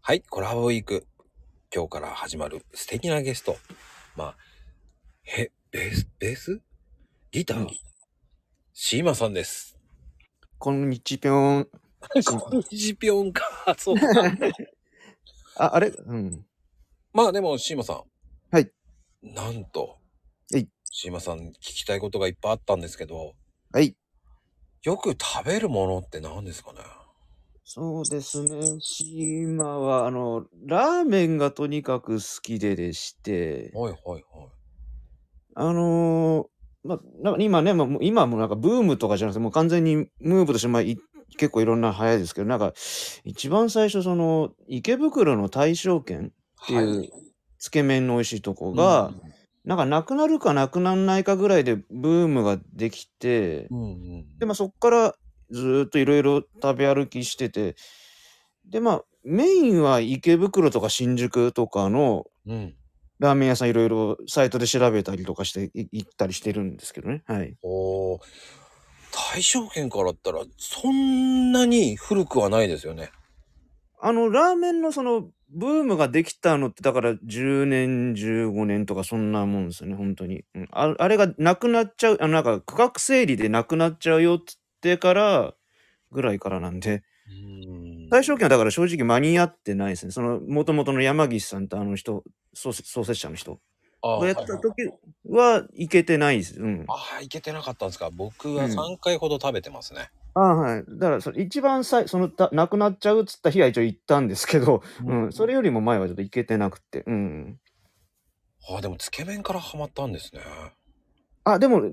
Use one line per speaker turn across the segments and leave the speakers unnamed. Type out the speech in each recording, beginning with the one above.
はい、コラボウィーク。今日から始まる素敵なゲスト。まあ、へ、ベース、ベースギター、
うん
シーマさんです。
こんにちぴょん。 ーマ
こんにちぴょんか。 そうか。
あ、あれうん。
まあでも、シーマさん。
はい。
なんと。
はい
シーマさん、聞きたいことがいっぱいあったんですけど、
はい。
よく食べるものって何ですかね
そうですね。島は、あの、ラーメンがとにかく好きででして、
はいはいはい。
あのーまあ、なんか今ね、まあもう今はもうなんかブームとかじゃなくて、もう完全にムーブとして、まあ、い結構いろんな流行りですけど、なんか、一番最初、その、池袋の大正軒、っていう
はい
つけ麺の美味しいとこが、なんかなくなるかなくなんないかぐらいでブームができて、
うんうん。
で、まあ、そこからずーっといろいろ食べ歩きしてて、で、まあ、メインは池袋とか新宿とかの
うん。
ラーメン屋さんいろいろサイトで調べたりとかしてい行ったりしてるんですけどね。はい。
おお大正圏からだったらそんなに古くはないですよね
あの、ラーメンのその、ブームができたのって、だから10年、15年とかそんなもんですよね、本当に。うん、ああれがなくなっちゃう、あの、なんか区画整理でなくなっちゃうよっつってから、ぐらいからなんで。
うん
大正圏はだから正直間に合ってないですね。その元々の山岸さんとあの人、創設創設者の人
あ
が
ー
やった
はいはい
時は行けてないです。うん。
あーいけてなかったんですか僕は
うん
3回ほど食べてますね、
ああはい。だからそれ一番最そのたなくなっちゃうっつった日は一応行ったんですけど、うん、それよりも前はちょっと行けてなくて。うん。
あーでもつけ麺からハマったんですね
あ、でも、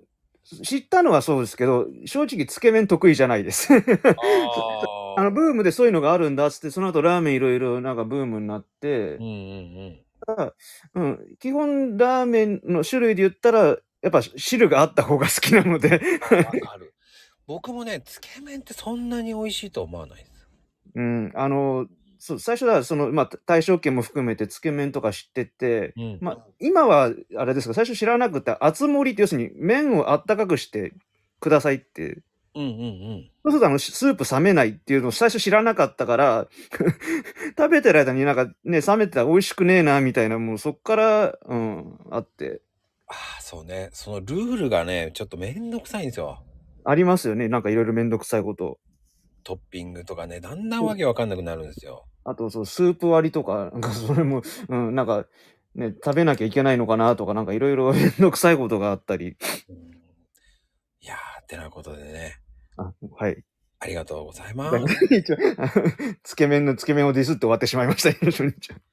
知ったのはそうですけど、正直つけ麺得意じゃないです。
あ
あの、ブームでそういうのがあるんだっつって、その後ラーメンいろいろなんかブームになって、
うんうん
がうん、基本ラーメンの種類で言ったら、やっぱ汁があった方が好きなの
うん
で、
わかる僕もねつけ麺ってそんなに美味しいとは思わないです
うん、あの、そう、最初はその、まあ、大正圏も含めてつけ麺とか知ってて、
うん
まあ、今はあれですが、最初知らなくて、厚盛りって要するに麺をあったかくしてくださいって、
うんうんうん
そうするとあの、スープ冷めないっていうのを最初知らなかったから、 食べてる間になんかね、冷めてたら美味しくねえな、みたいな、もうそっから、うん、あって、
ああそうねそのルールがねちょっとめんどくさいんですよ
ありますよね。なんかいろいろめんどくさいこと。
トッピングとかねだんだんわけわかんなくなるんですよ
あと、そう、スープ割りとか、なん かそれも、うん、なんか、ね、食べなきゃいけないのかなとか、なんかいろいろ めんどくさいことがあったり。
うんいやー、てなことでね、
あはい。
ありがとうございます。
つけ麺のつけ麺をディスって終わってしまいました、一緒に